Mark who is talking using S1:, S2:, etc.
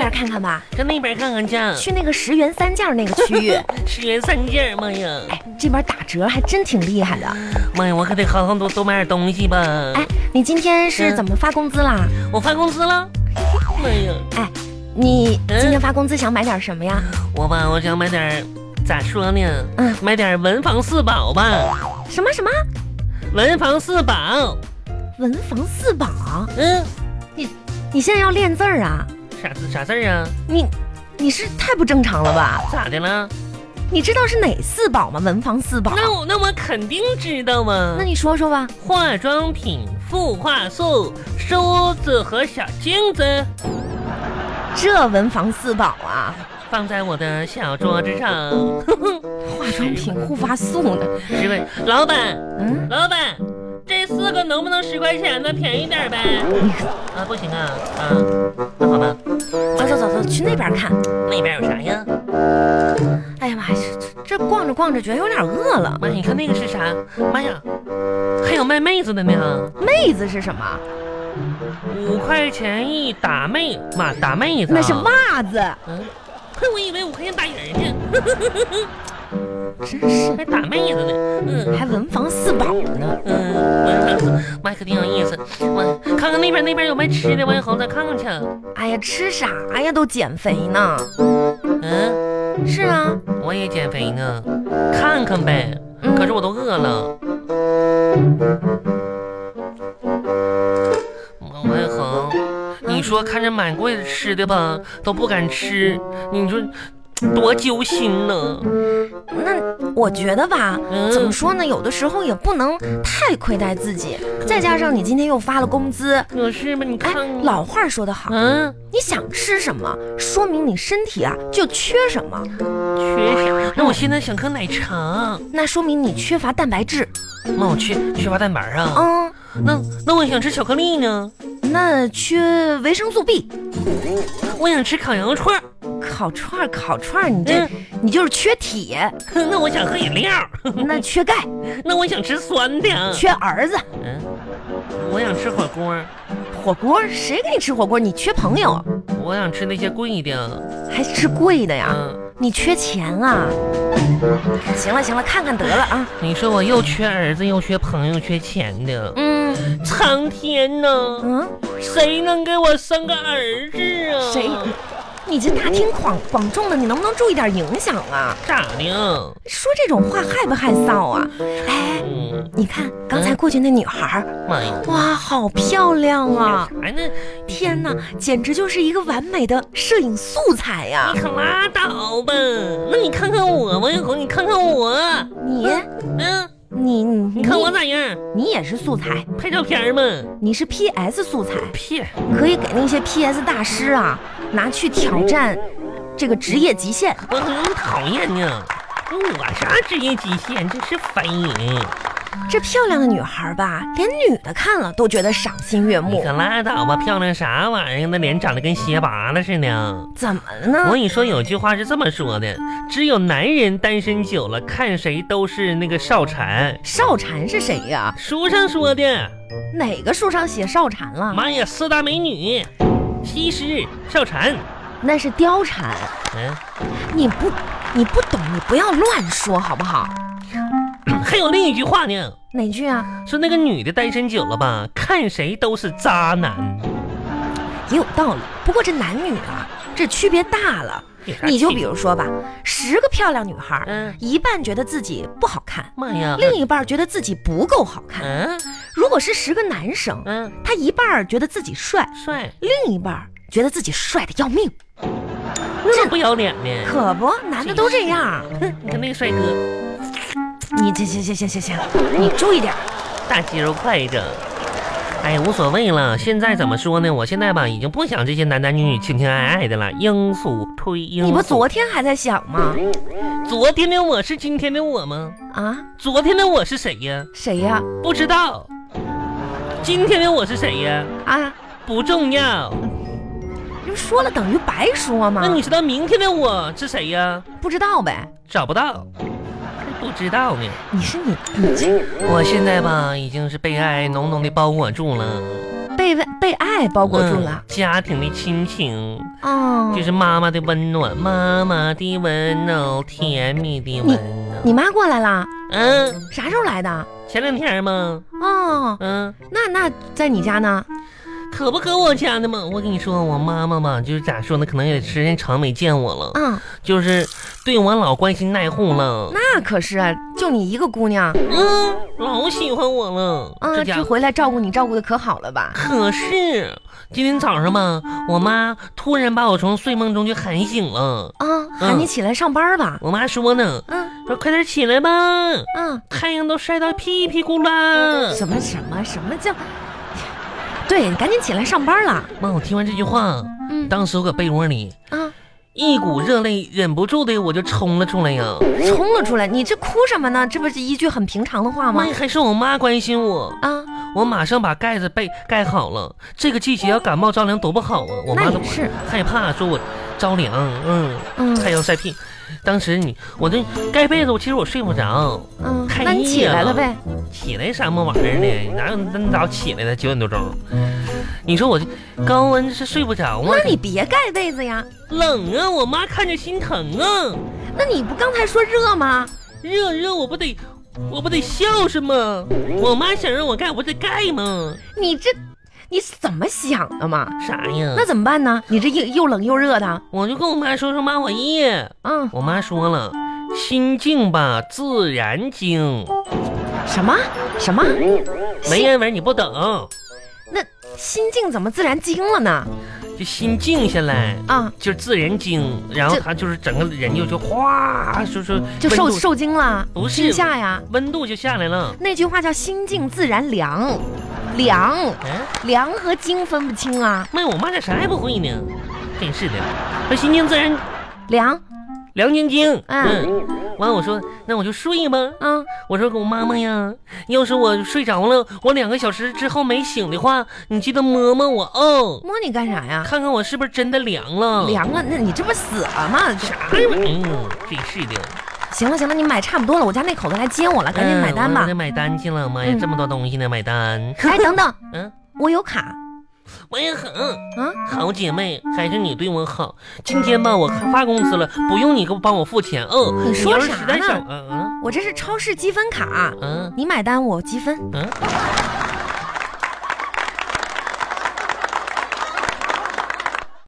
S1: 哎
S2: 看吧，
S1: 上那边看看去。
S2: 去那个十元三件那个区 域，
S1: 十元三件，妈呀！
S2: 哎，这边打折还真挺厉害的。
S1: 妈呀，我可得好好多多买点东西吧。
S2: 哎，你今天
S1: 嗯
S2: 是怎么发工资啦？
S1: 我发工资了。妈呀！
S2: 哎，你
S1: 嗯
S2: 今天发工资想买点什么呀？
S1: 我吧，我想买点儿，咋说呢？
S2: 嗯
S1: 买点儿文房四宝吧。
S2: 什么什么
S1: 文房四宝，
S2: 文房四宝？
S1: 嗯，
S2: 你现在要练字儿啊？
S1: 啥字啥字儿啊？
S2: 你你是太不正常了吧？
S1: 咋的了？
S2: 你知道是哪四宝吗？文房四宝？
S1: 那我那我肯定知道嘛
S2: 那。你说说吧。
S1: 化妆品、护发素、梳子和小镜子
S2: 这文房四宝啊，
S1: 放在我的小桌子上。
S2: 化妆品、护发素呢？
S1: 十位，老板，
S2: 嗯，
S1: 老板，这四个能不能十块钱的便宜点儿呗？啊，不行啊，啊，那好吧，
S2: 走走走走，去那边看。
S1: 那边有啥呀？
S2: 哎呀妈呀，这这逛着逛着觉得有点饿了。
S1: 妈呀，你看那个是啥？妈呀，还有卖妹子的呢，
S2: 妹子是什么？
S1: 五块钱一打妹，妈打妹子 啊、
S2: 那是袜子，
S1: 嗯，哼，我以为五块钱打人呢，
S2: 真是
S1: 还打妹子呢，嗯。
S2: 还文房四宝呢。
S1: 嗯，我妈可挺有意思，我看看那边那边有卖吃的，我也好再看看去。啊
S2: 哎呀，吃啥呀？都减肥呢。
S1: 嗯，
S2: 是啊，
S1: 我也减肥呢，看看呗。
S2: 嗯
S1: 可是我都饿了。王文恒，你说看着满柜子吃的吧，都不敢吃，你说多揪心呢？
S2: 那我觉得吧，
S1: 嗯
S2: 怎么说呢？有的时候也不能太亏待自己。再加上你今天又发了工资，
S1: 可是吧，你
S2: 哎
S1: 看，，
S2: 老话说得好，
S1: 嗯，
S2: 你想吃什么，说明你身体啊就缺什么，
S1: 缺啥？那我现在想喝奶茶，
S2: 那说明你缺乏蛋白质。
S1: 那我缺缺乏蛋白啊。
S2: 嗯，
S1: 那那我想吃巧克力呢，
S2: 那缺维生素 B。
S1: 我想吃烤羊肉串儿，
S2: 烤串儿，烤串儿，你这、
S1: 嗯
S2: 你就是缺铁，
S1: 那我想喝饮料，
S2: 那缺钙，
S1: 那我想吃酸的，
S2: 缺儿子。
S1: 嗯，我想吃火锅。
S2: 火锅谁给你吃火锅？你缺朋友，
S1: 我想吃那些贵的，
S2: 还吃贵的呀？
S1: 嗯，
S2: 你缺钱啊？行了行了，看看得了啊。
S1: 你说我又缺儿子，又缺朋友，缺钱的，
S2: 嗯
S1: 苍天呐，
S2: 嗯，
S1: 谁能给我生个儿子啊？
S2: 谁你这大庭广广众的，你能不能注意点影响啊？
S1: 咋的？
S2: 说这种话害不害臊啊？哎，
S1: 嗯，
S2: 你看刚才过去那女孩儿，
S1: 妈呀，
S2: 哇，好漂亮啊！
S1: 啥呢？
S2: 天哪，简直就是一个完美的摄影素材呀、
S1: 你可拉倒吧！那你看看我，王小红，你看看我，
S2: 你
S1: 嗯，
S2: 你你
S1: 你看我咋样？
S2: 你也是素材，
S1: 拍照片嘛？
S2: 你是 PS 素材，
S1: 屁！
S2: 可以给那些 PS 大师啊拿去挑战这个职业极限。
S1: 我很讨厌呢。我啥职业极限，真是烦人！
S2: 这漂亮的女孩吧，连女的看了都觉得赏心悦
S1: 你
S2: 目
S1: 可。拉倒吧，漂亮啥玩意儿？那脸长得跟鞋拔了似的。
S2: 怎么了
S1: 我
S2: 呢？
S1: 跟你说，有句话是这么说的：只有男人单身久了，看谁都是那个少产。
S2: 少禅是谁呀、
S1: 书上说的，
S2: 哪个书上写少禅了？
S1: 妈呀，四大美女，西施、少产，
S2: 那是貂蝉。
S1: 嗯，
S2: 你不，你不懂，你不要乱说好不好？
S1: 还有另一句话呢，
S2: 哪句啊？
S1: 说那个女的单身久了吧，看谁都是渣男。
S2: 也有道理。不过这男女啊，这区别大了。你就比如说吧，十个漂亮女孩，
S1: 嗯
S2: 一半觉得自己不好看，
S1: 妈呀，
S2: 另一半觉得自己不够好看。
S1: 嗯
S2: 如果是十个男生，
S1: 嗯，
S2: 他一半儿觉得自己帅，
S1: 帅，
S2: 另一半儿觉得自己帅的要命。
S1: 那么不要脸呢？
S2: 可不，男的都这样。
S1: 哼你看那个帅哥，
S2: 你这行行行行行，你注意点儿。
S1: 大肌肉块着。哎，无所谓了。现在怎么说呢？我现在吧，已经不想这些男男女女、情情爱爱的了。罂粟推罂粟，
S2: 你不昨天还在想吗？
S1: 昨天的我是今天的我吗？
S2: 啊，
S1: 昨天的我是谁呀？
S2: 谁呀？
S1: 不知道。今天的我是谁呀？
S2: 啊，
S1: 不重要。
S2: 你说了等于白说吗？
S1: 那你知道明天的我是谁呀？
S2: 不知道呗？
S1: 找不到，还不知道呢。
S2: 你是你你这
S1: 我现在吧，已经是被爱浓浓的包裹住了。
S2: 被被被爱包裹住了
S1: 嗯。家庭的亲情，
S2: 哦，
S1: 嗯就是妈妈的温暖，妈妈的温柔，甜蜜的温柔。
S2: 嗯你妈过来了，
S1: 嗯，
S2: 啥时候来的？
S1: 前两天嘛，
S2: 哦，
S1: 嗯，
S2: 那那在你家呢？
S1: 可不搁我家呢嘛。我跟你说，我妈妈吧，就是咋说呢，可能也时间长没见我了，
S2: 嗯，
S1: 就是对我老关心爱护了，
S2: 那可是啊，就你一个姑娘
S1: 嗯，老喜欢我了。
S2: 啊，
S1: 家
S2: 这回来照顾你照顾的可好了吧？
S1: 可是今天早上吧，我妈突然把我从睡梦中就喊醒了。
S2: 啊，喊你起来上班吧。
S1: 我妈说呢，
S2: 嗯
S1: 说快点起来吧，
S2: 嗯，
S1: 太阳都晒到屁屁股了。
S2: 什么什么什么叫？对，你赶紧起来上班了。
S1: 妈，我听完这句话，
S2: 嗯
S1: 当时我搁被窝里
S2: 啊，
S1: 一股热泪忍不住的我就冲了出来呀。
S2: 冲了出来，你这哭什么呢？这不是一句很平常的话吗
S1: 妈，？还是我妈关心我，
S2: 啊，
S1: 我马上把盖子被盖好了。这个季节要感冒着凉多不好啊！我
S2: 那
S1: 妈都
S2: 也是，
S1: 害怕，说我着凉，嗯，
S2: 嗯
S1: 太阳晒屁。当时你我这盖被子，我其实我睡不着，
S2: 嗯，
S1: 太
S2: 那你起
S1: 夜
S2: 来
S1: 了
S2: 了呗？
S1: 起来什么玩意儿呢？哪有那么早起来的？九点多钟，你说我这高温是睡不着吗？
S2: 那你别盖被子呀。
S1: 冷啊，我妈看着心疼啊，
S2: 那你不刚才说热吗？
S1: 热热我不得我不得孝顺吗？我妈想让我盖，我得盖吗？
S2: 你这你是怎么想的嘛？
S1: 啥呀？
S2: 那怎么办呢？你这又又冷又热的，
S1: 我就跟我妈说说妈我热，
S2: 嗯，
S1: 我妈说了，心静吧自然静，
S2: 什么什么？
S1: 文
S2: 心
S1: 言文你不懂，
S2: 那心境怎么自然惊了呢？
S1: 就心静下来。
S2: 啊，
S1: 就是自然精，然后
S2: 这
S1: 他就是整个人就就哗，就是
S2: 就
S1: 温
S2: 受
S1: 度
S2: 受惊了，
S1: 不是
S2: 惊吓呀。
S1: 温度就下来了。
S2: 那句话叫心静自然凉，凉
S1: 哎，
S2: 凉和惊分不清啊，
S1: 妈呀，我妈咋啥也不会呢？真是的，说心静自然
S2: 凉，
S1: 凉晶晶。
S2: 嗯
S1: 嗯，完我说那我就睡吧。
S2: 嗯，
S1: 我说给我妈妈呀，要是我睡着了，我两个小时之后没醒的话，你记得摸摸我哦，
S2: 摸你干啥呀？
S1: 看看我是不是真的凉
S2: 嗯
S1: 了。
S2: 凉啊，那你这不死了吗？这
S1: 啥呀？嗯，真是的。
S2: 行了行了，你买差不多了，我家那口子来接我了，赶紧买单
S1: 嗯我
S2: 吧
S1: 得。买单去了。妈呀，
S2: 嗯
S1: 这么多东西呢，买单。
S2: 哎，等等，
S1: 嗯，
S2: 我有卡
S1: 我也很。
S2: 啊。
S1: 好姐妹，还是你对我好。今天吧，我发工资了，不用你给我帮我付钱。哦，
S2: 你说
S1: 要是
S2: 啥
S1: 实在
S2: 呢
S1: 想，嗯
S2: 我这是超市积分卡，
S1: 嗯
S2: 你买单我积分。
S1: 嗯嗯，